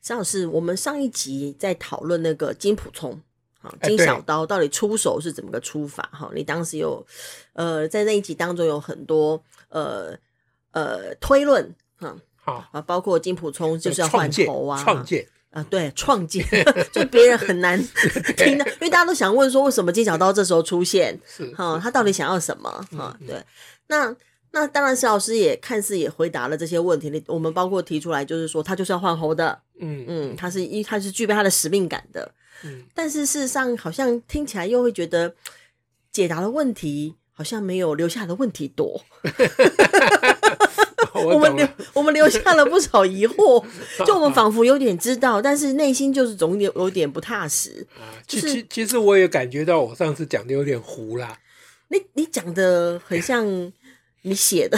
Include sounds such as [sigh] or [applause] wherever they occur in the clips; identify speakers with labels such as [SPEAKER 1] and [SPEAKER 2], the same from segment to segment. [SPEAKER 1] 张老师，我们上一集在讨论那个金普聪，好
[SPEAKER 2] 哎
[SPEAKER 1] 金
[SPEAKER 2] 对
[SPEAKER 1] 小刀到底出手是怎么个出法？哈，你当时有呃在那一集当中有很多呃呃推论，哈
[SPEAKER 2] 好，
[SPEAKER 1] 啊，包括金普聪就是要换
[SPEAKER 2] 创建，
[SPEAKER 1] 头啊，
[SPEAKER 2] 创建，
[SPEAKER 1] 啊，对，创建， [laughs] 就别人很
[SPEAKER 2] [laughs]
[SPEAKER 1] 难听到，因为大家都想问说为什么金小刀这时候出现，
[SPEAKER 2] 是
[SPEAKER 1] 哈、他到底想要什么？哈、
[SPEAKER 2] 嗯
[SPEAKER 1] 对，那那当然，石老师也看似也回答了这些问题。你我们包括提出来，就是说他就是要换猴的， [laughs]
[SPEAKER 2] 嗯
[SPEAKER 1] 嗯，他是一他是具备他的使命感的，
[SPEAKER 2] 嗯，
[SPEAKER 1] 但是事实上好像听起来又会觉得解答的问题好像没有留下的问题多。我
[SPEAKER 2] 我
[SPEAKER 1] 们
[SPEAKER 2] 懂
[SPEAKER 1] 留
[SPEAKER 2] 了。
[SPEAKER 1] 我们留下了不少疑
[SPEAKER 2] [laughs]
[SPEAKER 1] 惑，就我们仿佛有点知道，但是内心就是总有有点不踏实。
[SPEAKER 2] 啊
[SPEAKER 1] 就
[SPEAKER 2] 其
[SPEAKER 1] 是
[SPEAKER 2] 其其实我也感觉到我上次讲的有点糊啦， [laughs]
[SPEAKER 1] 你你讲的很像你写
[SPEAKER 2] [laughs]
[SPEAKER 1] 的，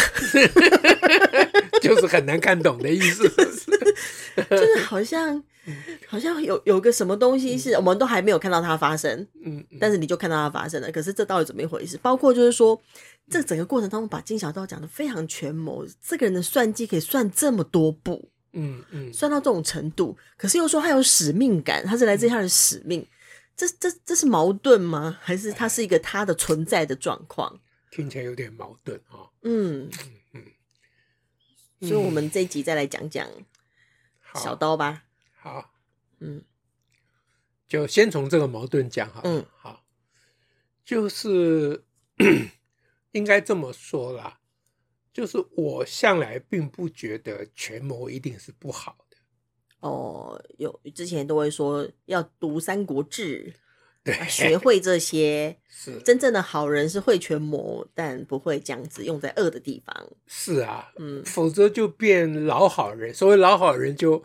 [SPEAKER 2] 就是很难看懂的
[SPEAKER 1] [laughs]
[SPEAKER 2] 意思。
[SPEAKER 1] 就是好像好像有有个什么东西是我们都还没有看到它发生，
[SPEAKER 2] 嗯，嗯
[SPEAKER 1] 但是你就看到它发生了。可是这到底怎么一回事？包括就是说，这整个过程当中把金小刀讲的非常权谋，这个人的算计可以算这么多步，
[SPEAKER 2] 嗯嗯，
[SPEAKER 1] 算到这种程度，可是又说他有使命感，他是来自于他的使命。这这这是矛盾吗？还是它是一个他的存在的状况？
[SPEAKER 2] 听起来有点矛盾啊、哦。
[SPEAKER 1] 嗯，所以我们这一集再来讲讲小
[SPEAKER 2] 嗯好，
[SPEAKER 1] 刀吧。
[SPEAKER 2] 好，
[SPEAKER 1] 嗯，
[SPEAKER 2] 就先从这个矛盾讲好了。
[SPEAKER 1] 嗯
[SPEAKER 2] 好，就是 [coughs] 应该这么说啦，就是我向来并不觉得权谋一定是不好的。
[SPEAKER 1] 哦，有之前都会说要读《三国
[SPEAKER 2] [laughs]
[SPEAKER 1] 志》
[SPEAKER 2] 对，
[SPEAKER 1] 啊，学会这些。
[SPEAKER 2] 是
[SPEAKER 1] 真正的好人是会权谋，但不会这样子用在恶的地方。
[SPEAKER 2] 是啊，
[SPEAKER 1] 嗯 [laughs]
[SPEAKER 2] 否则就变老好人。所谓老好人就，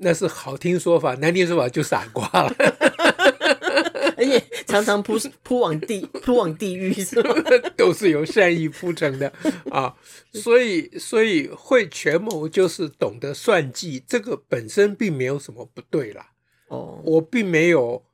[SPEAKER 2] 那是好听说法，难听说法就傻瓜了。 [laughs]
[SPEAKER 1] 而且常常 [laughs] 扑扑往地扑往地狱，是吗？
[SPEAKER 2] 都是由善意铺成的啊，所以所以会权谋就是懂得算计，这个本身并没有什么不对啦。
[SPEAKER 1] 哦，
[SPEAKER 2] 我并没有，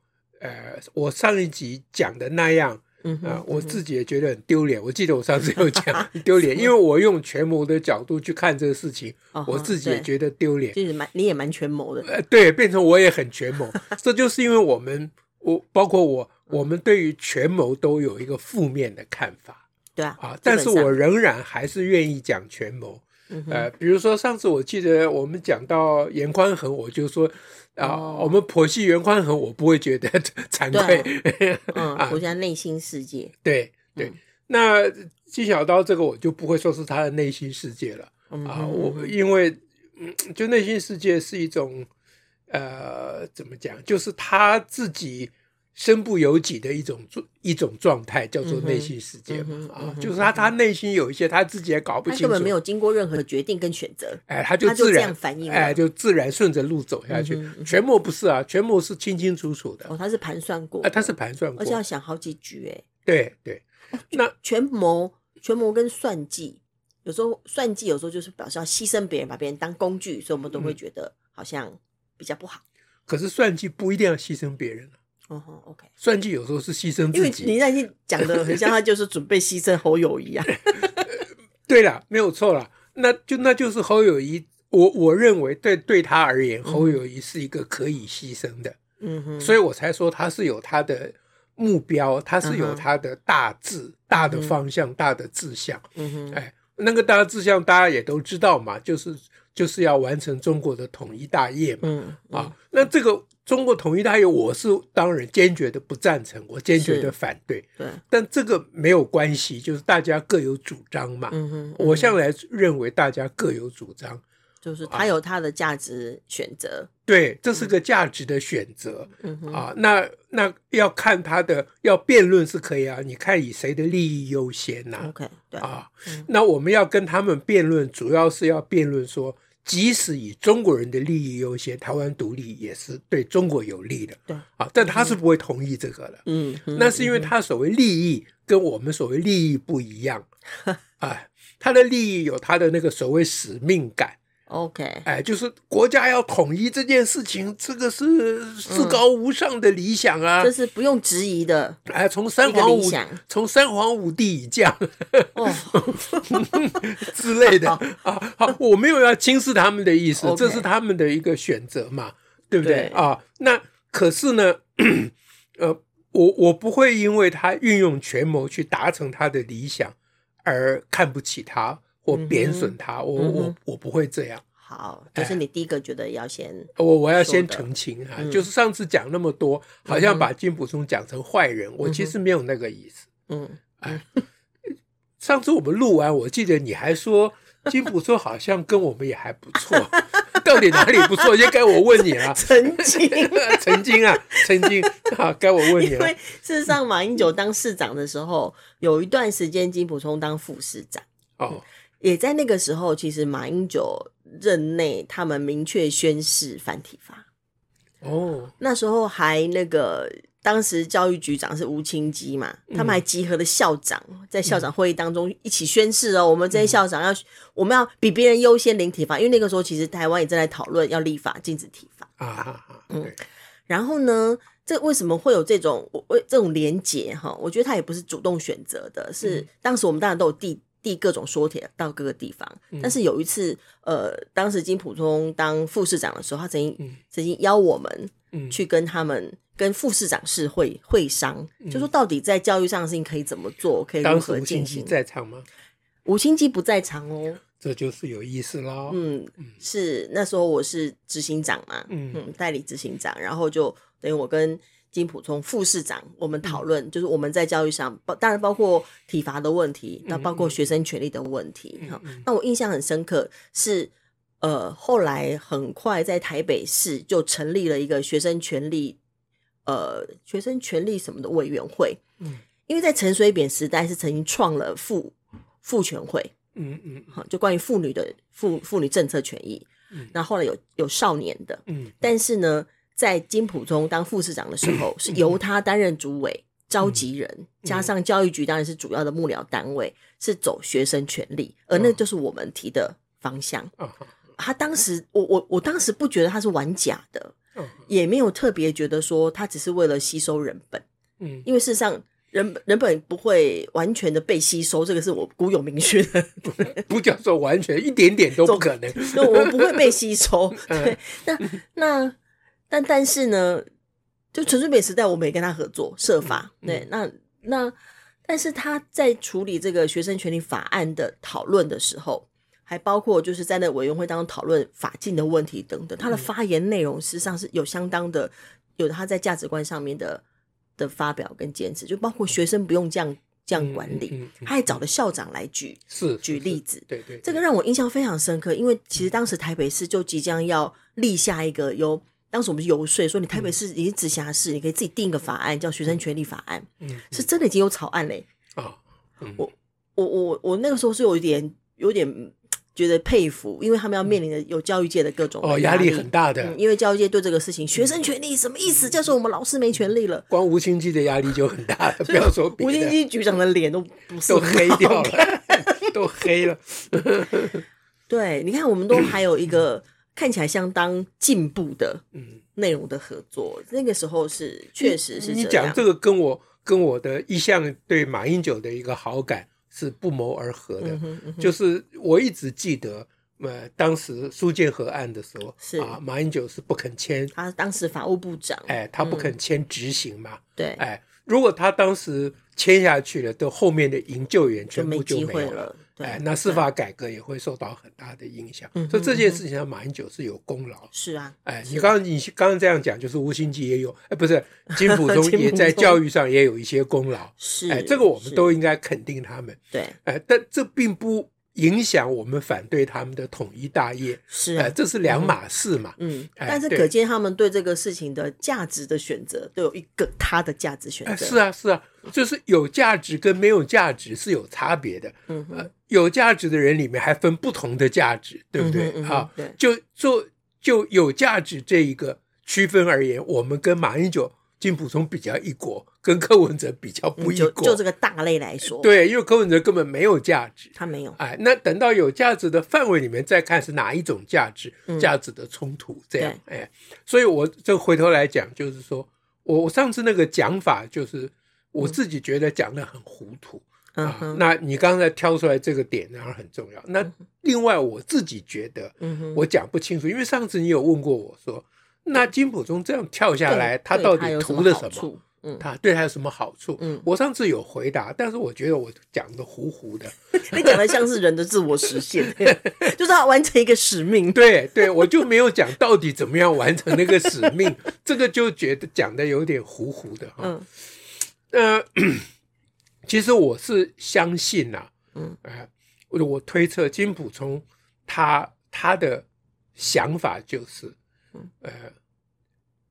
[SPEAKER 2] 呃，我上一集讲的那样
[SPEAKER 1] 嗯
[SPEAKER 2] 啊、
[SPEAKER 1] 哼，
[SPEAKER 2] 我自己也觉得很丢脸。我记得我上次有
[SPEAKER 1] [laughs]
[SPEAKER 2] 讲丢脸，因为我用权谋的角度去看这个事情
[SPEAKER 1] 哦，
[SPEAKER 2] 我自己也
[SPEAKER 1] 对
[SPEAKER 2] 觉得丢脸。
[SPEAKER 1] 就是蛮你也蛮权谋的。
[SPEAKER 2] 呃，对，变成我也很权
[SPEAKER 1] [laughs]
[SPEAKER 2] 谋，这就是因为我们，我包括我，我们对于权谋都有一个负面的看法
[SPEAKER 1] 对啊，
[SPEAKER 2] 啊，
[SPEAKER 1] 基
[SPEAKER 2] 但
[SPEAKER 1] 本
[SPEAKER 2] 是
[SPEAKER 1] 上
[SPEAKER 2] 我仍然还是愿意讲权谋。
[SPEAKER 1] 嗯哼
[SPEAKER 2] 呃，比如说上次我记得我们讲到严宽恒，我就说啊、
[SPEAKER 1] 哦
[SPEAKER 2] 我们剖析严宽恒，我不会觉得 [laughs] 惭愧。
[SPEAKER 1] 嗯，
[SPEAKER 2] 啊
[SPEAKER 1] 活在内心世界。
[SPEAKER 2] 对对，
[SPEAKER 1] 嗯
[SPEAKER 2] 那金小刀这个我就不会说是他的内心世界了。
[SPEAKER 1] 嗯
[SPEAKER 2] 啊，
[SPEAKER 1] 哼
[SPEAKER 2] 我因为嗯就内心世界是一种呃，怎么讲，就是他自己身不由己的一种状一种状态，叫做
[SPEAKER 1] 嗯哼
[SPEAKER 2] 内心世界嘛
[SPEAKER 1] 嗯哼嗯
[SPEAKER 2] 啊
[SPEAKER 1] 哼，
[SPEAKER 2] 就是他他内心有一些他自己也搞不
[SPEAKER 1] 他
[SPEAKER 2] 清
[SPEAKER 1] 根本没
[SPEAKER 2] 楚，
[SPEAKER 1] 有经过任何决定跟选择。
[SPEAKER 2] 哎，他就
[SPEAKER 1] 他就
[SPEAKER 2] 自
[SPEAKER 1] 这
[SPEAKER 2] 然
[SPEAKER 1] 样反应了
[SPEAKER 2] 哎，就自然顺着路走下去
[SPEAKER 1] 嗯哼嗯。哼
[SPEAKER 2] 全谋不是啊，全谋是清清楚楚的
[SPEAKER 1] 哦，他是盘算过
[SPEAKER 2] 啊，他是盘算
[SPEAKER 1] 而且要
[SPEAKER 2] 过，
[SPEAKER 1] 想好几局。哎，
[SPEAKER 2] 对对，那
[SPEAKER 1] 权谋、权谋跟算计，有时候算计，有时候就是表示要牺牲别人，把别人当工具，所以我们都
[SPEAKER 2] 嗯
[SPEAKER 1] 会觉得好像比较不好。
[SPEAKER 2] 可是算计不一定要牺牲别人啊，
[SPEAKER 1] 哦、吼 o k
[SPEAKER 2] 算计有时候是牺牲
[SPEAKER 1] 因为
[SPEAKER 2] 自己
[SPEAKER 1] 你。那天讲的很像他就是准备牺牲侯友
[SPEAKER 2] [laughs]
[SPEAKER 1] 谊啊。
[SPEAKER 2] 对了，没有错了，那就那就是侯友谊，我我认为对对他而言，侯友谊是一个可以牺牲的，
[SPEAKER 1] 嗯哼，
[SPEAKER 2] 所以我才说他是有他的目标，他是
[SPEAKER 1] 嗯
[SPEAKER 2] 有
[SPEAKER 1] 哼
[SPEAKER 2] 他的大志、大的方向、大的志向。
[SPEAKER 1] 嗯哼，
[SPEAKER 2] 哎，那个大志向大家也都知道嘛，就是就是要完成中国的统一大业嘛。
[SPEAKER 1] 嗯
[SPEAKER 2] 啊，那这个中国统一大业，我是当然坚决的不赞成，我坚决
[SPEAKER 1] 是
[SPEAKER 2] 的反对，
[SPEAKER 1] 对，
[SPEAKER 2] 但这个没有关系，就是大家各有主张嘛。
[SPEAKER 1] 嗯哼，
[SPEAKER 2] 我向来认为大家各有主张，
[SPEAKER 1] 就是他有他的价值选择。
[SPEAKER 2] 对，这是个价值的选择
[SPEAKER 1] 嗯哼，
[SPEAKER 2] 啊。那那要看他的，要辩论是可以啊，你看以谁的利益优先呐、
[SPEAKER 1] 嗯，OK，对，
[SPEAKER 2] 嗯啊
[SPEAKER 1] 嗯，
[SPEAKER 2] 那我们要跟他们辩论，主要是要辩论说即使以中国人的利益优先，台湾独立也是对中国有利的
[SPEAKER 1] 对
[SPEAKER 2] 啊，但他是不会同意这个的。
[SPEAKER 1] 嗯，嗯
[SPEAKER 2] 那是因为他所谓利益跟我们所谓利益不一
[SPEAKER 1] [laughs]
[SPEAKER 2] 样啊，他的利益有他的那个所谓使命感，
[SPEAKER 1] OK，
[SPEAKER 2] 哎，就是国家要统一这件事情，这个是至高无上的理想
[SPEAKER 1] 嗯
[SPEAKER 2] 啊
[SPEAKER 1] 这！是不用质疑
[SPEAKER 2] [laughs]
[SPEAKER 1] 的
[SPEAKER 2] 哎，从三
[SPEAKER 1] 一个
[SPEAKER 2] 皇
[SPEAKER 1] 理
[SPEAKER 2] 五
[SPEAKER 1] 想
[SPEAKER 2] 从三皇五帝以降
[SPEAKER 1] 哦。 [laughs]
[SPEAKER 2] 之类的 [laughs] 啊，好，我没有要轻视他们的意思，
[SPEAKER 1] OK
[SPEAKER 2] 这是他们的一个选择嘛，对不对
[SPEAKER 1] 对
[SPEAKER 2] 啊？那可是呢， [clears throat] 呃，我我不会因为他运用权谋去达成他的理想而看不起他或贬损他，我
[SPEAKER 1] 嗯
[SPEAKER 2] 我我不会这样。
[SPEAKER 1] 好，
[SPEAKER 2] 哎
[SPEAKER 1] 就是你第一个觉得要先
[SPEAKER 2] 我我要先
[SPEAKER 1] 说的
[SPEAKER 2] 澄清啊，
[SPEAKER 1] 嗯
[SPEAKER 2] 就是上次讲那么多，好像把金溥聪讲成坏人，我其实没有那个意思。
[SPEAKER 1] 嗯，。
[SPEAKER 2] 上次我们录完，我记得你还说金溥聪好像跟我们也还不错， [laughs] 到底哪里不错？就该我 [laughs] 问你了
[SPEAKER 1] 曾经，
[SPEAKER 2] [laughs] 曾经啊，曾经 [laughs] 啊，该我问你嗯
[SPEAKER 1] 因
[SPEAKER 2] 了
[SPEAKER 1] 为。事实上马英九当市长的时候，有一段时间金溥聪当副市长。
[SPEAKER 2] 哦，
[SPEAKER 1] 也在那个时候，其实马英九任内，他们明确宣示反体罚。
[SPEAKER 2] 哦，
[SPEAKER 1] 那时候还那个，当时教育局长是吴清基嘛，他们还集合了校长，在校长会议当中一起宣誓哦，我们这些校长要，我们要比别人优先零体罚，因为那个时候其实台湾也正在讨论要立法禁止体罚。
[SPEAKER 2] 啊啊，啊
[SPEAKER 1] 嗯
[SPEAKER 2] 对
[SPEAKER 1] 然后呢，这为什么会有这种我我这种连结哈？我觉得他也不是主动选择的，是、当时我们当然都有递递各种说帖到各个地方，但是有一次，呃，当时金溥聪当副市长的时候，他曾经、
[SPEAKER 2] 嗯
[SPEAKER 1] 曾经邀我们
[SPEAKER 2] 嗯，
[SPEAKER 1] 去跟他们。跟副市长室会会商，就说到底在教育上的事情可以怎么做，可以如
[SPEAKER 2] 嗯当时
[SPEAKER 1] 何
[SPEAKER 2] 吴清
[SPEAKER 1] 进
[SPEAKER 2] 基
[SPEAKER 1] 行。
[SPEAKER 2] 在场吗？
[SPEAKER 1] 吴清基不在场哦，
[SPEAKER 2] 这就是有意思喽。
[SPEAKER 1] 嗯，是那时候我是执行长嘛，
[SPEAKER 2] 嗯
[SPEAKER 1] 嗯代理执行长，然后就等于我跟金普聪副市长，我们
[SPEAKER 2] 嗯
[SPEAKER 1] 讨论、就是我们在教育上，包当然包括体罚的问题，
[SPEAKER 2] 嗯
[SPEAKER 1] 那包括学生权利的问题哈、那我印象很深刻是，呃，后来很快在台北市就成立了一个学生权利，呃，学生权利什么的委员会，
[SPEAKER 2] 嗯
[SPEAKER 1] 因为在陈水扁时代是曾经创了妇妇权会，
[SPEAKER 2] 嗯嗯
[SPEAKER 1] 哈，就关于妇女的妇妇女政策权益
[SPEAKER 2] 嗯。
[SPEAKER 1] 那后来有有少年的，
[SPEAKER 2] 嗯
[SPEAKER 1] 但是呢，在金溥聪当副市长的时候，是由他担任主委、召集人，加上教育局当然是主要的幕僚单位，是走学生权利，而那就是我们提的方向。
[SPEAKER 2] 啊哈
[SPEAKER 1] 他当时，我我我当时不觉得他是玩假的，
[SPEAKER 2] 啊
[SPEAKER 1] 也没有特别觉得说他只是为了吸收人本，
[SPEAKER 2] 嗯
[SPEAKER 1] 因为事实上人本人本不会完全的被吸收，这个是我古有明确的
[SPEAKER 2] 嗯不叫做完全一点点都不可能。嗯
[SPEAKER 1] 就我不会被吸
[SPEAKER 2] [laughs]
[SPEAKER 1] 收。对，那那但但是呢，就陈水扁时代，我们也跟他合作设法。
[SPEAKER 2] 嗯
[SPEAKER 1] 对，那那但是他在处理这个学生权利法案的讨论的时候，还包括就是在那委员会当中讨论法禁的问题等等，他
[SPEAKER 2] 嗯
[SPEAKER 1] 的发言内容事实上是有相当的有他在价值观上面的的发表跟坚持，就包括学生不用这样这样管理，
[SPEAKER 2] 嗯嗯嗯
[SPEAKER 1] 他还找了校长来举
[SPEAKER 2] 是
[SPEAKER 1] 举例，子
[SPEAKER 2] 是。对对，
[SPEAKER 1] 这个让我印象非常深刻，因为其实当时台北市就即将要立下一个由当时我们是游说说你台
[SPEAKER 2] 嗯
[SPEAKER 1] 北市已经直辖市，你可以自己定一个法案叫《学生权利法案》，
[SPEAKER 2] 嗯
[SPEAKER 1] 是真的已经有草案嘞。
[SPEAKER 2] 啊，嗯
[SPEAKER 1] 我我我那个时候是有一点有点嗯觉得佩服，因为他们要面临的有教育界的各种
[SPEAKER 2] 嗯哦，压
[SPEAKER 1] 压
[SPEAKER 2] 力很大嗯的
[SPEAKER 1] 嗯，，因为教育界对这个事情，学生权利什么意思？就是我们老师没权利了。
[SPEAKER 2] 光吴清基的压力就很大了，不要说别
[SPEAKER 1] 吴金
[SPEAKER 2] 的，
[SPEAKER 1] 基局长的脸都不是
[SPEAKER 2] 都
[SPEAKER 1] 很
[SPEAKER 2] 黑
[SPEAKER 1] 好
[SPEAKER 2] 掉
[SPEAKER 1] 看
[SPEAKER 2] 了， [laughs] 都黑了。
[SPEAKER 1] 对，你看，我们都还有一个看起来相当进步的
[SPEAKER 2] 嗯
[SPEAKER 1] 内容的合作，那个时候是确实是
[SPEAKER 2] 你
[SPEAKER 1] 这
[SPEAKER 2] 讲
[SPEAKER 1] 样。
[SPEAKER 2] 这个跟我跟我的一向对马英九的一个好感是不谋而合的，
[SPEAKER 1] 嗯哼嗯哼
[SPEAKER 2] 就是我一直记得。呃，当时苏建和案的时候，
[SPEAKER 1] 是
[SPEAKER 2] 啊，马英九是不肯签，
[SPEAKER 1] 他当时法务部长，
[SPEAKER 2] 哎，他不
[SPEAKER 1] 嗯
[SPEAKER 2] 肯签执行嘛，
[SPEAKER 1] 对，
[SPEAKER 2] 哎，如果他当时签下去了，都后面的营救援全部
[SPEAKER 1] 没
[SPEAKER 2] 就
[SPEAKER 1] 机
[SPEAKER 2] 没
[SPEAKER 1] 会
[SPEAKER 2] 有了。
[SPEAKER 1] 对，
[SPEAKER 2] 哎，那司法改革也会受到很大的影响，
[SPEAKER 1] 嗯哼
[SPEAKER 2] 所以这件事情上马英九是有功劳。
[SPEAKER 1] 是啊，
[SPEAKER 2] 哎，
[SPEAKER 1] 是
[SPEAKER 2] 你刚刚你刚刚这样讲，就是吴兴基也有，
[SPEAKER 1] [laughs]
[SPEAKER 2] 哎，不是金溥聪
[SPEAKER 1] 金溥
[SPEAKER 2] 也在
[SPEAKER 1] 聪
[SPEAKER 2] 教育上也有一些功劳，
[SPEAKER 1] 是
[SPEAKER 2] 哎，这个我们
[SPEAKER 1] 是
[SPEAKER 2] 都应该肯定他们。
[SPEAKER 1] 对，
[SPEAKER 2] 哎，但这并不影响我们反对他们的统一大业，
[SPEAKER 1] 是
[SPEAKER 2] 呃，
[SPEAKER 1] 啊，
[SPEAKER 2] 这是两码事嘛。
[SPEAKER 1] 嗯，
[SPEAKER 2] 哎
[SPEAKER 1] 但是
[SPEAKER 2] 对
[SPEAKER 1] 可见他们对这个事情的价值的选择都有一个他的价值选
[SPEAKER 2] 哎，
[SPEAKER 1] 择，
[SPEAKER 2] 是啊，是啊，就是有价值跟没有价值是有差别的。
[SPEAKER 1] 嗯哼，
[SPEAKER 2] 呃，有价值的人里面还分不同的价值，对不对
[SPEAKER 1] 嗯哼嗯哼
[SPEAKER 2] 啊？
[SPEAKER 1] 对，
[SPEAKER 2] 就就就有价值这一个区分而言，我们跟马英九、金溥聪比较一国，跟柯文哲比较不
[SPEAKER 1] 嗯
[SPEAKER 2] 一
[SPEAKER 1] 就就
[SPEAKER 2] 国。
[SPEAKER 1] 这个大类来说，，
[SPEAKER 2] 对，因为柯文哲根本没有价值。
[SPEAKER 1] 他没有，
[SPEAKER 2] 哎，那等到有价值的范围里面再看是哪一种价值，
[SPEAKER 1] 嗯
[SPEAKER 2] 价值的冲突这样。哎，所以我这回头来讲，就是说我我上次那个讲法，就是我自己觉得讲的很糊涂。
[SPEAKER 1] 嗯
[SPEAKER 2] 啊
[SPEAKER 1] 哼，，
[SPEAKER 2] 那你刚才挑出来这个点，然后很重要。那另外，我自己觉得
[SPEAKER 1] 嗯哼，
[SPEAKER 2] 我讲不清楚，因为上次你有问过我说，那金溥聪这样跳下来，
[SPEAKER 1] 对
[SPEAKER 2] 他
[SPEAKER 1] 对
[SPEAKER 2] 到底
[SPEAKER 1] 有
[SPEAKER 2] 图了
[SPEAKER 1] 好
[SPEAKER 2] 什么？
[SPEAKER 1] 处？嗯，
[SPEAKER 2] 他对他有什么好处？
[SPEAKER 1] 嗯
[SPEAKER 2] 我上次有回答，但是我觉得我讲的糊糊的。 [laughs]
[SPEAKER 1] 你讲的像是人的自我实现，就是他完成一个使命，
[SPEAKER 2] 对对，我就没有讲到底怎么样完成那个使命， [laughs] 这个就觉得讲的有点糊糊的哈。
[SPEAKER 1] 嗯
[SPEAKER 2] 那呃其实我是相信呐、
[SPEAKER 1] 嗯
[SPEAKER 2] 哎我我推测金溥聪他他的想法就是
[SPEAKER 1] 嗯，
[SPEAKER 2] 呃，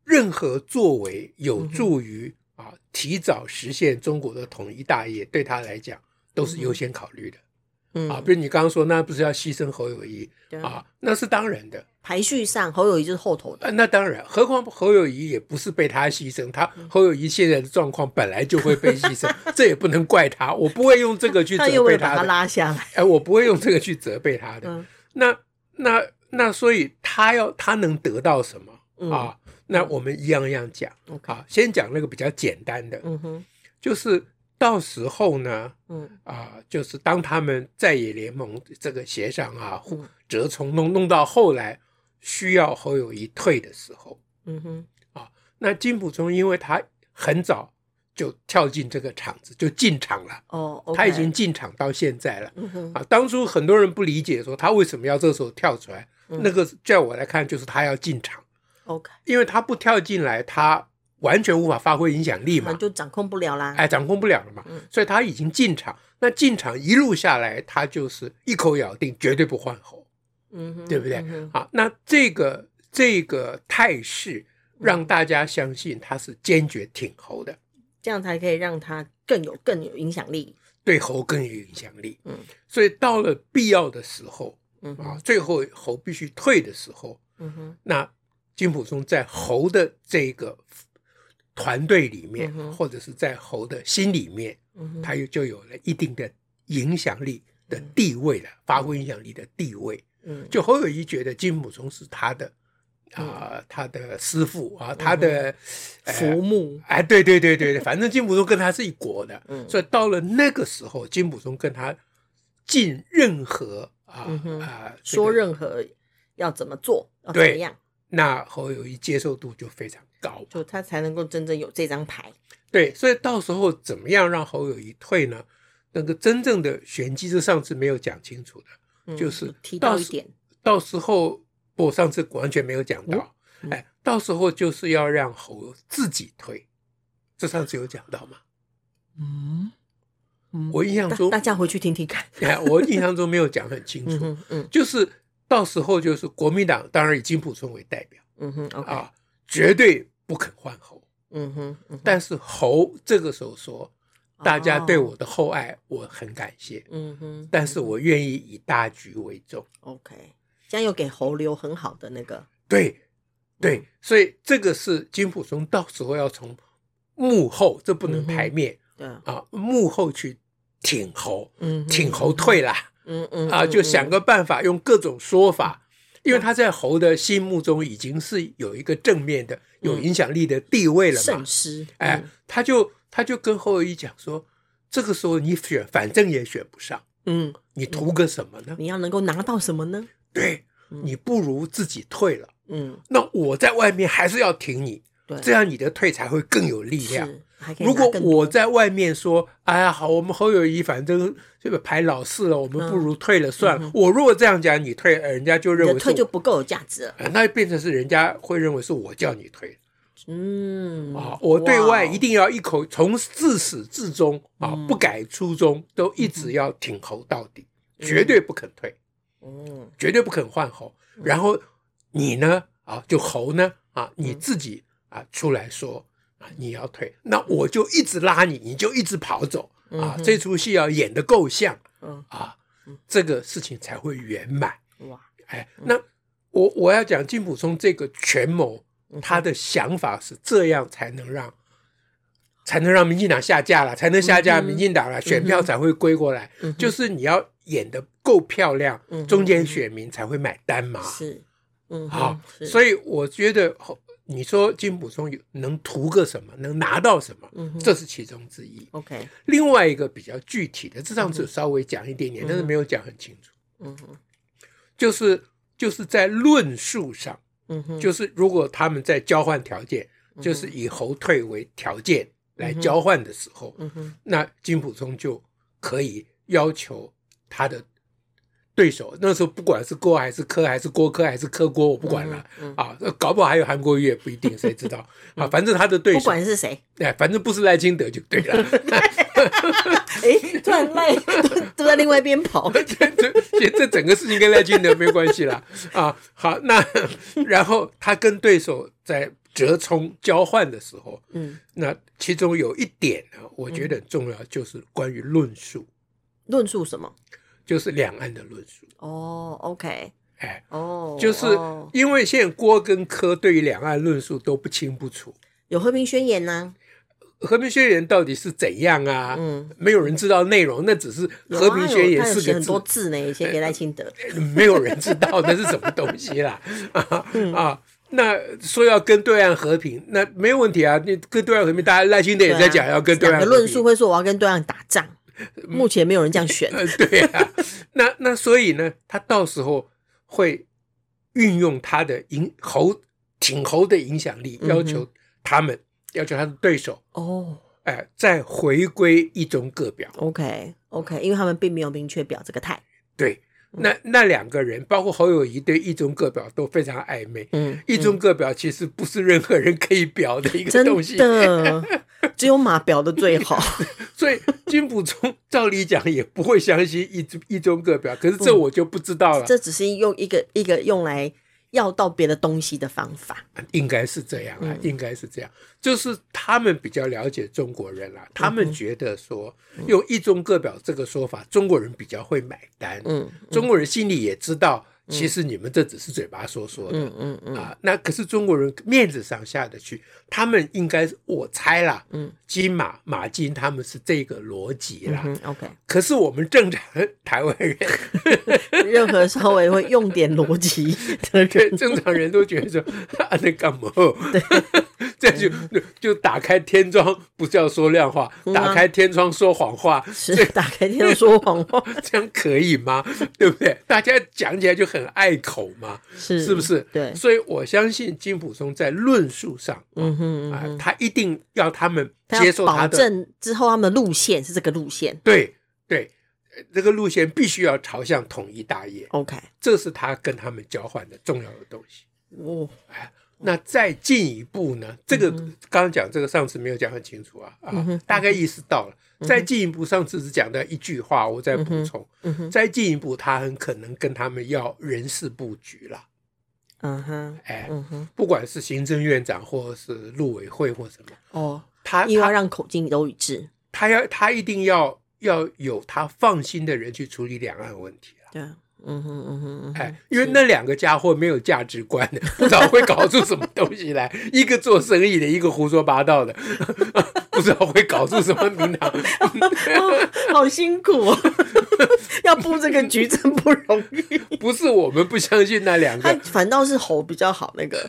[SPEAKER 2] 任何作为有
[SPEAKER 1] 嗯哼
[SPEAKER 2] 助于、啊提早实现中国的统一大业，对他来讲都是优先考虑的、
[SPEAKER 1] 嗯
[SPEAKER 2] 啊。比如你刚刚说，那不是要牺牲侯友谊
[SPEAKER 1] 对啊
[SPEAKER 2] 啊？那是当然的。
[SPEAKER 1] 排序上侯友谊就是后头的，
[SPEAKER 2] 啊，那当然，何况侯友谊也不是被他牺牲，他
[SPEAKER 1] 嗯
[SPEAKER 2] 侯友谊现在的状况本来就会被牺牲，这也不能怪他。我不会用这个
[SPEAKER 1] [laughs]
[SPEAKER 2] 去
[SPEAKER 1] 他又
[SPEAKER 2] 责
[SPEAKER 1] 为了
[SPEAKER 2] 备
[SPEAKER 1] 把
[SPEAKER 2] 他
[SPEAKER 1] 他
[SPEAKER 2] 的，
[SPEAKER 1] 拉下来，
[SPEAKER 2] 哎，我不会用这个去责备他的。
[SPEAKER 1] 嗯
[SPEAKER 2] 那那那，所以他要他能得到什么、
[SPEAKER 1] 嗯
[SPEAKER 2] 啊？那我们一样一样讲、
[SPEAKER 1] ，OK，
[SPEAKER 2] 啊，先讲那个比较简单的，
[SPEAKER 1] 嗯哼，
[SPEAKER 2] 就是到时候呢，
[SPEAKER 1] 嗯
[SPEAKER 2] 啊，就是当他们在野联盟这个协商啊，互
[SPEAKER 1] 嗯
[SPEAKER 2] 折冲弄弄到后来需要侯友谊退的时候。
[SPEAKER 1] 嗯哼，
[SPEAKER 2] 那金溥聪因为他很早就跳进这个场子，就进场了，
[SPEAKER 1] 哦，OK，
[SPEAKER 2] 他已经进场到现在了。
[SPEAKER 1] 嗯哼，
[SPEAKER 2] 啊，当初很多人不理解说他为什么要这时候跳出来，
[SPEAKER 1] 嗯
[SPEAKER 2] 那个在我来看就是他要进场，
[SPEAKER 1] OK，
[SPEAKER 2] 因为他不跳进来，他完全无法发挥影响力
[SPEAKER 1] 我们
[SPEAKER 2] 嘛，
[SPEAKER 1] 就掌控不了啦，
[SPEAKER 2] 哎，掌控不了了嘛
[SPEAKER 1] 嗯，
[SPEAKER 2] 所以他已经进场。那进场一路下来，他就是一口咬定绝对不换候。
[SPEAKER 1] 嗯哼，
[SPEAKER 2] 对不对
[SPEAKER 1] 嗯哼
[SPEAKER 2] 啊，那这个这个态势
[SPEAKER 1] 嗯
[SPEAKER 2] 让大家相信他是坚决挺侯的，
[SPEAKER 1] 这样才可以让他更有更有影响力，
[SPEAKER 2] 对侯更有影响力。
[SPEAKER 1] 嗯，
[SPEAKER 2] 所以到了必要的时候
[SPEAKER 1] 嗯
[SPEAKER 2] 啊
[SPEAKER 1] 哼，，
[SPEAKER 2] 最后侯必须退的时候，
[SPEAKER 1] 嗯哼，
[SPEAKER 2] 那金溥聪在侯的这个团队里面，
[SPEAKER 1] 嗯哼
[SPEAKER 2] 或者是在侯的心里面，
[SPEAKER 1] 嗯哼，
[SPEAKER 2] 他又就有了一定的影响力的地位了，发挥影响力的地位。
[SPEAKER 1] 嗯，
[SPEAKER 2] 就侯友谊觉得金溥聪是他的啊、
[SPEAKER 1] 嗯
[SPEAKER 2] 他的师傅啊，他的、
[SPEAKER 1] 浮木，
[SPEAKER 2] 哎，对对对对对，反正金溥聪跟他是一国的，
[SPEAKER 1] 嗯
[SPEAKER 2] 所以到了那个时候，金溥聪跟他进任何啊
[SPEAKER 1] 嗯哼
[SPEAKER 2] 啊、这个
[SPEAKER 1] 说任何要怎么做，要怎
[SPEAKER 2] 对
[SPEAKER 1] 么样，
[SPEAKER 2] 那侯友谊接受度就非常高，
[SPEAKER 1] 就他才能够真正有这张牌，
[SPEAKER 2] 对，所以到时候怎么样让侯友谊退呢？那个真正的玄机是上次没有讲清楚的，
[SPEAKER 1] 嗯
[SPEAKER 2] 就是
[SPEAKER 1] 你提
[SPEAKER 2] 到
[SPEAKER 1] 到一
[SPEAKER 2] 时
[SPEAKER 1] 点，
[SPEAKER 2] 到时候我上次完全没有讲到，
[SPEAKER 1] 嗯
[SPEAKER 2] 哎，到时候就是要让猴自己推，这上次有讲到吗？
[SPEAKER 1] 嗯，
[SPEAKER 2] 我印象
[SPEAKER 1] 大
[SPEAKER 2] 中
[SPEAKER 1] 大，家回去听听看，
[SPEAKER 2] 哎，我印象中没有讲很清
[SPEAKER 1] 嗯
[SPEAKER 2] 楚，
[SPEAKER 1] 哼，嗯
[SPEAKER 2] 就是到时候就是国民党当然以金溥聪为代表
[SPEAKER 1] 嗯哼，OK，
[SPEAKER 2] 啊，绝对不肯换猴，
[SPEAKER 1] 嗯哼，嗯哼
[SPEAKER 2] 但是猴这个时候说，大家对
[SPEAKER 1] 哦
[SPEAKER 2] 我的厚爱我很感谢，
[SPEAKER 1] 嗯哼，
[SPEAKER 2] 但是我愿意以大局为重。
[SPEAKER 1] OK，这样又给侯流很好的那个，
[SPEAKER 2] 对，对
[SPEAKER 1] 嗯，
[SPEAKER 2] 所以这个是金溥聪到时候要从幕后，这不能
[SPEAKER 1] 嗯哼
[SPEAKER 2] 台面、
[SPEAKER 1] 对啊，
[SPEAKER 2] 啊，幕后去挺侯，
[SPEAKER 1] 嗯哼，
[SPEAKER 2] 挺侯退啦、
[SPEAKER 1] 嗯嗯
[SPEAKER 2] 啊，
[SPEAKER 1] 嗯
[SPEAKER 2] 就想
[SPEAKER 1] 嗯
[SPEAKER 2] 个办法，用各种说法，因为他在侯的心目中已经是有一个正面的、有影响力的地位了嘛
[SPEAKER 1] 慎，思，
[SPEAKER 2] 哎
[SPEAKER 1] 嗯，
[SPEAKER 2] 他就他就跟侯友谊讲说，这个时候你选，反正也选不上，
[SPEAKER 1] 嗯，
[SPEAKER 2] 你图个什么呢？
[SPEAKER 1] 你要能够拿到什么呢？
[SPEAKER 2] 对
[SPEAKER 1] 嗯
[SPEAKER 2] 你不如自己退了。
[SPEAKER 1] 嗯，
[SPEAKER 2] 那我在外面还是要挺你，
[SPEAKER 1] 对，
[SPEAKER 2] 这样你的退才会更有力量。
[SPEAKER 1] 是还可以
[SPEAKER 2] 如
[SPEAKER 1] 拿
[SPEAKER 2] 果
[SPEAKER 1] 更
[SPEAKER 2] 我
[SPEAKER 1] 多
[SPEAKER 2] 在外面说，哎呀，好，我们侯友谊反正这个排老四了，我们不如退了算了。我如果这样讲，你退，呃人家就认
[SPEAKER 1] 嗯你
[SPEAKER 2] 为
[SPEAKER 1] 的
[SPEAKER 2] 是
[SPEAKER 1] 退
[SPEAKER 2] 我，
[SPEAKER 1] 就不够有价值了，
[SPEAKER 2] 呃那变成是人家会认为是我叫你退
[SPEAKER 1] 嗯，
[SPEAKER 2] 啊。我对外
[SPEAKER 1] 哇
[SPEAKER 2] 一定要一口
[SPEAKER 1] 嗯
[SPEAKER 2] 从自始至终啊，不改初衷，都一直要挺侯到底。绝对不肯退，
[SPEAKER 1] 嗯
[SPEAKER 2] 绝对不肯换猴。然后你呢啊，就猴呢啊，
[SPEAKER 1] 嗯
[SPEAKER 2] 你自己啊出来说啊你要退，那我就一直拉你，你就一直跑走啊。这出戏要演得够像
[SPEAKER 1] 嗯
[SPEAKER 2] 啊，这个事情才会圆满。
[SPEAKER 1] 哇，
[SPEAKER 2] 哎，
[SPEAKER 1] 嗯
[SPEAKER 2] 那我我要讲金溥聪这个权谋，
[SPEAKER 1] 嗯
[SPEAKER 2] 他的想法是这样才能让，才能让民进党下架了，才能下架民进党
[SPEAKER 1] 嗯
[SPEAKER 2] 了，选票才会归过来。就是你要演的够漂亮，
[SPEAKER 1] 嗯哼
[SPEAKER 2] 中间选民才会买单嘛。
[SPEAKER 1] 是，嗯哼，
[SPEAKER 2] 好，
[SPEAKER 1] 是
[SPEAKER 2] 所以我觉得哦你说金溥聪有能图个什么，能拿到什么，
[SPEAKER 1] 嗯哼
[SPEAKER 2] 这是其中之一。
[SPEAKER 1] OK，
[SPEAKER 2] 另外一个比较具体的，这上次有稍微讲一点点，但是没有讲很清楚。
[SPEAKER 1] 嗯哼，
[SPEAKER 2] 就是就是在论述上，
[SPEAKER 1] 嗯哼，
[SPEAKER 2] 就是如果他们在交换条件，就是以侯退为条件来交换的时候，
[SPEAKER 1] 嗯哼，
[SPEAKER 2] 那金溥聪就可以要求他的对手，那时候不管是郭还是柯还是郭柯还是柯郭，我不管了、
[SPEAKER 1] 嗯
[SPEAKER 2] 啊，搞不好还有韩国瑜也不一定，谁知
[SPEAKER 1] [laughs]
[SPEAKER 2] 道啊？反正他的对
[SPEAKER 1] 不
[SPEAKER 2] 手，
[SPEAKER 1] 管是谁，
[SPEAKER 2] 哎，反正不是赖清德就对了。
[SPEAKER 1] 哎，突然赖 [laughs] 都都在另外一边 [laughs] 跑，
[SPEAKER 2] [laughs] 这这这整个事情跟赖清德没关系啦啊。好，那然后他跟对手在折冲交换的时候，
[SPEAKER 1] 嗯，
[SPEAKER 2] 那其中有一点呢，我觉得很重要，就是关于论述，
[SPEAKER 1] 论述什么？
[SPEAKER 2] 就是两岸的论述。
[SPEAKER 1] 哦，OK，
[SPEAKER 2] 哎，
[SPEAKER 1] 哦，
[SPEAKER 2] 就是
[SPEAKER 1] 哦
[SPEAKER 2] 因为现在郭跟柯对于两岸论述都不清不楚，
[SPEAKER 1] 有和平宣言呐，
[SPEAKER 2] 和平宣言到底是怎样啊？
[SPEAKER 1] 嗯，
[SPEAKER 2] 没有人知道内容，那只是
[SPEAKER 1] 有
[SPEAKER 2] 和
[SPEAKER 1] 啊
[SPEAKER 2] 平
[SPEAKER 1] 有
[SPEAKER 2] 宣言
[SPEAKER 1] 他有
[SPEAKER 2] 四
[SPEAKER 1] 写
[SPEAKER 2] 个
[SPEAKER 1] 很
[SPEAKER 2] 字
[SPEAKER 1] 多字呢，写给赖清德，
[SPEAKER 2] 没有人知道那是什么东西啦啊
[SPEAKER 1] 嗯
[SPEAKER 2] 啊！那说要跟对岸和平，那没有问题啊。你跟对岸和平，大家赖清德也在讲要 [laughs] 跟对岸
[SPEAKER 1] 两啊
[SPEAKER 2] 和
[SPEAKER 1] 个
[SPEAKER 2] 平嗯
[SPEAKER 1] 论述，会说我要跟对岸打仗，目前没有人这样选，
[SPEAKER 2] 呃，对啊。那那所以呢，他到时候会运用他的影猴挺猴的影响
[SPEAKER 1] 嗯
[SPEAKER 2] 力，要求他们，要求他的对手，
[SPEAKER 1] 哦
[SPEAKER 2] 哎、再回归一中各表。
[SPEAKER 1] ，OK OK，因为他们并没有明确表这个态，
[SPEAKER 2] 对，
[SPEAKER 1] 嗯
[SPEAKER 2] 那那两个人，包括侯友谊对一中各表都非常暧昧。
[SPEAKER 1] 嗯，
[SPEAKER 2] 一中各表其实不是任何人可以表的一个
[SPEAKER 1] 真
[SPEAKER 2] 东西，
[SPEAKER 1] 的，只有马表的最
[SPEAKER 2] [laughs]
[SPEAKER 1] 好，
[SPEAKER 2] 所以金溥聪照理讲也不会相信一中一中各表，可是这我就不知道了，
[SPEAKER 1] 这只是用一个一个用来要到别的东西的方法，
[SPEAKER 2] 应该是这样啊，
[SPEAKER 1] 嗯
[SPEAKER 2] 应该是这样，就是他们比较了解中国人啦、
[SPEAKER 1] 嗯
[SPEAKER 2] 他们觉得说用一中各表这个说法，中国人比较会买单，
[SPEAKER 1] 嗯
[SPEAKER 2] 中国人心里也知道，其实你们这只是嘴巴说说的，
[SPEAKER 1] 嗯嗯嗯，
[SPEAKER 2] 啊，那可是中国人面子上下得去，他们应该是我猜啦，
[SPEAKER 1] 嗯，
[SPEAKER 2] 金马马金他们是这个逻辑啦。
[SPEAKER 1] 嗯，OK，
[SPEAKER 2] 可是我们正常的台湾人，
[SPEAKER 1] 任何稍微会用点逻辑的人，
[SPEAKER 2] [laughs] 对正常人都觉得说 [laughs] 啊，那干嘛？这就
[SPEAKER 1] 嗯
[SPEAKER 2] 就打开天窗，不叫说亮话，
[SPEAKER 1] 啊
[SPEAKER 2] 打开天窗说谎话，
[SPEAKER 1] 是打开电脑说谎话，
[SPEAKER 2] 这样可以吗？对不对？大家讲起来就很碍口嘛，
[SPEAKER 1] 是
[SPEAKER 2] [laughs] 是不？是？
[SPEAKER 1] 对
[SPEAKER 2] 所以我相信金溥聪在论述上，
[SPEAKER 1] 嗯哼，
[SPEAKER 2] 啊，他一定要他们
[SPEAKER 1] 他
[SPEAKER 2] 接
[SPEAKER 1] 要
[SPEAKER 2] 受他
[SPEAKER 1] 保
[SPEAKER 2] 的，
[SPEAKER 1] 证之后他们的路线是这个路线
[SPEAKER 2] 对对，呃这个路线必须要朝向统一大业，
[SPEAKER 1] ，OK，
[SPEAKER 2] 这是他跟他们交换的重要的东西。
[SPEAKER 1] 哦，
[SPEAKER 2] 哎，那再进一步呢？这
[SPEAKER 1] 嗯
[SPEAKER 2] 个刚刚讲这个上次没有讲很清楚啊，啊，大概意识到了。再进一步，上次只讲到一句话，我再补充。
[SPEAKER 1] 嗯哼，
[SPEAKER 2] 再进一步，他很可能跟他们要人事布局了。
[SPEAKER 1] 嗯哼，
[SPEAKER 2] 哎，
[SPEAKER 1] 嗯哼，
[SPEAKER 2] 不管是行政院长或是陆委会或什么，
[SPEAKER 1] 哦，
[SPEAKER 2] 他
[SPEAKER 1] 又
[SPEAKER 2] 他
[SPEAKER 1] 要让口径都一致，
[SPEAKER 2] 他要他一定要要有他放心的人去处理两岸问题了。
[SPEAKER 1] 对，
[SPEAKER 2] 啊
[SPEAKER 1] 嗯哼，嗯哼，嗯哼 [laughs]
[SPEAKER 2] 哎，因为那两个家伙没有价值观的，不知道会搞出什么东西来。一个做生意的，一个胡说八道的， [laughs] 不知道会搞出什么名堂。
[SPEAKER 1] 哦好辛苦哦， [laughs] 要布这个局真不容
[SPEAKER 2] [laughs]
[SPEAKER 1] 易。
[SPEAKER 2] 不是我们不相信那两
[SPEAKER 1] 他
[SPEAKER 2] 个
[SPEAKER 1] 反倒是猴比较好，那
[SPEAKER 2] [laughs]
[SPEAKER 1] 个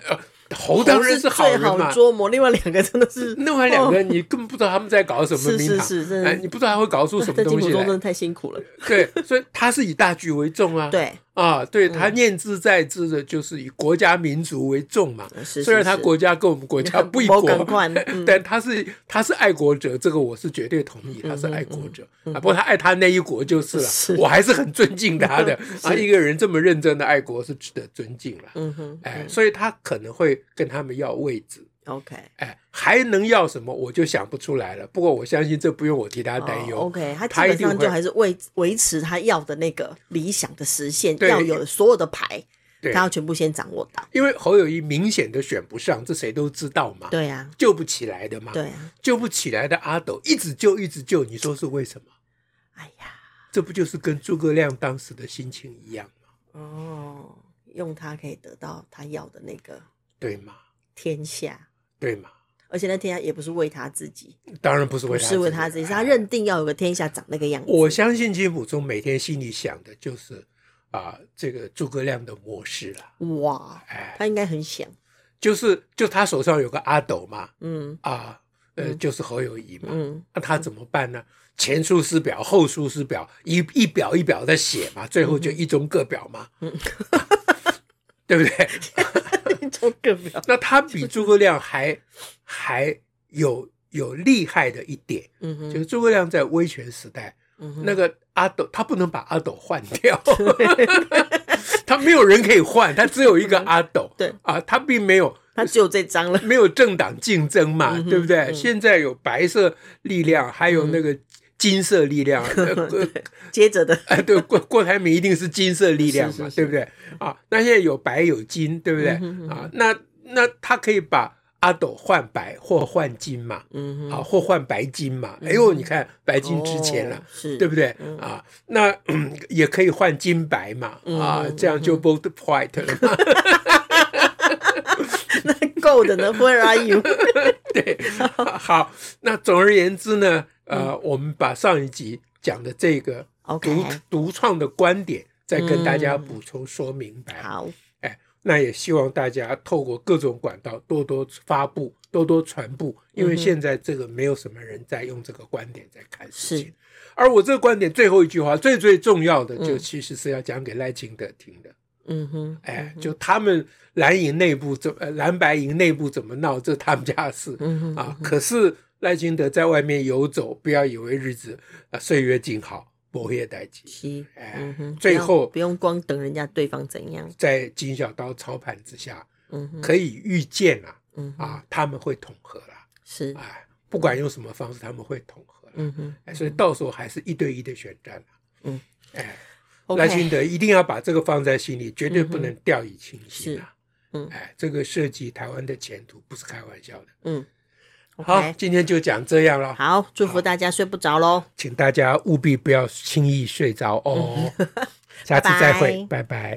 [SPEAKER 2] 猴哦当然
[SPEAKER 1] 是
[SPEAKER 2] 好
[SPEAKER 1] 最
[SPEAKER 2] 人
[SPEAKER 1] 好
[SPEAKER 2] 嘛，
[SPEAKER 1] 捉摸，另外两个真的是
[SPEAKER 2] [laughs] 另外两
[SPEAKER 1] 哦
[SPEAKER 2] 个你根本不知道他们在搞什么
[SPEAKER 1] 是
[SPEAKER 2] 名
[SPEAKER 1] 是
[SPEAKER 2] 堂。
[SPEAKER 1] 是，真
[SPEAKER 2] 哎，
[SPEAKER 1] 的。
[SPEAKER 2] 你不知道他会搞出什么
[SPEAKER 1] 在金
[SPEAKER 2] 东
[SPEAKER 1] 普
[SPEAKER 2] 西
[SPEAKER 1] 中真
[SPEAKER 2] 来
[SPEAKER 1] 的。太辛苦了，
[SPEAKER 2] 对，所以他是以大局为重啊。
[SPEAKER 1] 对，嗯
[SPEAKER 2] 啊，对他念兹在兹的，就是以国家民族为重嘛。
[SPEAKER 1] 是
[SPEAKER 2] 虽然
[SPEAKER 1] 是
[SPEAKER 2] 他
[SPEAKER 1] 是
[SPEAKER 2] 国家跟我们国家不一
[SPEAKER 1] 某
[SPEAKER 2] 国
[SPEAKER 1] 感官
[SPEAKER 2] [laughs]
[SPEAKER 1] 嗯，
[SPEAKER 2] 但他是他是爱国者，这个我是绝对同意，
[SPEAKER 1] 嗯
[SPEAKER 2] 他是爱国者啊。不过他爱他那一国就是
[SPEAKER 1] 是
[SPEAKER 2] 了，我还是很尊敬他
[SPEAKER 1] [laughs]
[SPEAKER 2] 的啊。一个人这么认真的爱国是值得尊敬了，
[SPEAKER 1] 嗯哼，
[SPEAKER 2] 哎，所以他可能会跟他们要位置
[SPEAKER 1] OK，
[SPEAKER 2] 哎，还能要什么？我就想不出来了。不过我相信这不用我替他担忧。
[SPEAKER 1] 哦 OK，他基
[SPEAKER 2] 他一
[SPEAKER 1] 本
[SPEAKER 2] 定
[SPEAKER 1] 上就
[SPEAKER 2] 会
[SPEAKER 1] 还是维维持他要的那个理想的实现，
[SPEAKER 2] 对
[SPEAKER 1] 要有的所有的牌，
[SPEAKER 2] 对
[SPEAKER 1] 他要全部先掌握到。
[SPEAKER 2] 因为侯友谊明显的选不上，这谁都知道嘛，
[SPEAKER 1] 对呀、
[SPEAKER 2] 救不起来的嘛
[SPEAKER 1] 啊，，对呀、
[SPEAKER 2] 救不起来的阿斗一直救一直救，你说是为什么？
[SPEAKER 1] 啊，哎呀，
[SPEAKER 2] 这不就是跟诸葛亮当时的心情一样吗？
[SPEAKER 1] 哦，用它可以得到他要的那个
[SPEAKER 2] 对吗？
[SPEAKER 1] 天下，
[SPEAKER 2] 对吗？
[SPEAKER 1] 而且那天下也不是为他自己，
[SPEAKER 2] 当然不是
[SPEAKER 1] 不
[SPEAKER 2] 为他，啊
[SPEAKER 1] 是为他自己，是他。认定要有个天下长那个样子。
[SPEAKER 2] 我相信金溥聪每天心里想的就是啊，这个诸葛亮的模式了、
[SPEAKER 1] 哇，
[SPEAKER 2] 哎，
[SPEAKER 1] 他应该很想，
[SPEAKER 2] 就是就他手上有个阿斗嘛，
[SPEAKER 1] 嗯
[SPEAKER 2] 啊，呃，
[SPEAKER 1] 嗯
[SPEAKER 2] 就是侯友谊嘛，
[SPEAKER 1] 嗯，
[SPEAKER 2] [laughs] 那他怎么办呢？前出师表，后出师表，一一表一表的写嘛，最后就
[SPEAKER 1] 嗯
[SPEAKER 2] 一中各表嘛， [laughs] 对不对？
[SPEAKER 1] 就更不要，
[SPEAKER 2] 那他比诸葛亮还还有有厉害的一点，
[SPEAKER 1] 嗯哼，
[SPEAKER 2] 就是诸葛亮在威权时代，
[SPEAKER 1] 嗯哼
[SPEAKER 2] 那个阿斗他不能把阿斗换
[SPEAKER 1] [laughs]
[SPEAKER 2] 掉， [laughs] 他没有人可以换，他只有一个阿斗，
[SPEAKER 1] 嗯对
[SPEAKER 2] 啊，他并没有
[SPEAKER 1] 他只有这张了，
[SPEAKER 2] 没有政党竞争嘛，
[SPEAKER 1] 嗯哼
[SPEAKER 2] 对不对？
[SPEAKER 1] 嗯
[SPEAKER 2] 现在有白色力量，还有那个金色力量，呃
[SPEAKER 1] [laughs]
[SPEAKER 2] 呃
[SPEAKER 1] 对，接着的，
[SPEAKER 2] 哎，对，郭郭台铭一定是金色力量嘛，
[SPEAKER 1] 是是是
[SPEAKER 2] 对不对？啊，那现在有白有金，对不对？
[SPEAKER 1] 嗯哼嗯哼
[SPEAKER 2] 啊，那那他可以把阿斗换白或换金嘛，
[SPEAKER 1] 嗯
[SPEAKER 2] 啊，
[SPEAKER 1] 哼，
[SPEAKER 2] 或换白金嘛。哎呦，你看白金值钱了。
[SPEAKER 1] 嗯哦是
[SPEAKER 2] 对不对
[SPEAKER 1] 嗯
[SPEAKER 2] 啊？那、 [clears throat] 嗯也可以换金白嘛，啊，
[SPEAKER 1] 嗯
[SPEAKER 2] 这样就 both white 了嘛。
[SPEAKER 1] [laughs]
[SPEAKER 2] [laughs]
[SPEAKER 1] 那 Gold 呢？Where are
[SPEAKER 2] [laughs]
[SPEAKER 1] you？ [laughs]
[SPEAKER 2] 对，好，那总而言之呢，呃，我们把上一集讲的这个
[SPEAKER 1] 嗯 OK
[SPEAKER 2] 独独创的观点，再跟大家
[SPEAKER 1] 嗯
[SPEAKER 2] 补充说明白。
[SPEAKER 1] 好，
[SPEAKER 2] 哎，那也希望大家透过各种管道多多发布、多多传播，因
[SPEAKER 1] 嗯
[SPEAKER 2] 为现在这个没有什么人在用这个观点在看事情
[SPEAKER 1] 是。
[SPEAKER 2] 而我这个观点最后一句话，最最重要的，就
[SPEAKER 1] 嗯
[SPEAKER 2] 其实是要讲给赖清德听的。
[SPEAKER 1] 嗯哼，
[SPEAKER 2] 哎，就他们蓝营内部怎呃蓝白营内部怎么闹，这他们家的事。
[SPEAKER 1] 嗯哼，
[SPEAKER 2] 啊，可是赖清德在外面游走，不要以为日子啊岁月静好，不会待机。
[SPEAKER 1] 是，
[SPEAKER 2] 哎
[SPEAKER 1] 嗯哼，
[SPEAKER 2] 最
[SPEAKER 1] 不要
[SPEAKER 2] 后
[SPEAKER 1] 不用光等人家对方怎样，
[SPEAKER 2] 在金小刀操盘之下，
[SPEAKER 1] 嗯哼，
[SPEAKER 2] 可以预见啊
[SPEAKER 1] 嗯哼，
[SPEAKER 2] 啊，他们会统合啦，
[SPEAKER 1] 是，
[SPEAKER 2] 哎，不管用什么方式，他们会统合啦。
[SPEAKER 1] 嗯哼
[SPEAKER 2] 哎所以到时候还是一对一的选战啦
[SPEAKER 1] 嗯，
[SPEAKER 2] 哎，赖清
[SPEAKER 1] ，OK，
[SPEAKER 2] 德一定要把这个放在心里，绝对不能掉以轻心
[SPEAKER 1] 嗯
[SPEAKER 2] 啊。哎，这个涉及台湾的前途，不是开玩笑的。
[SPEAKER 1] 嗯
[SPEAKER 2] 好，
[SPEAKER 1] ，OK，
[SPEAKER 2] 今天就讲这样了。
[SPEAKER 1] 好，祝福大家睡不着喽，嗯 [laughs]
[SPEAKER 2] 请大家务必不要轻易睡着哦。下次再会，拜拜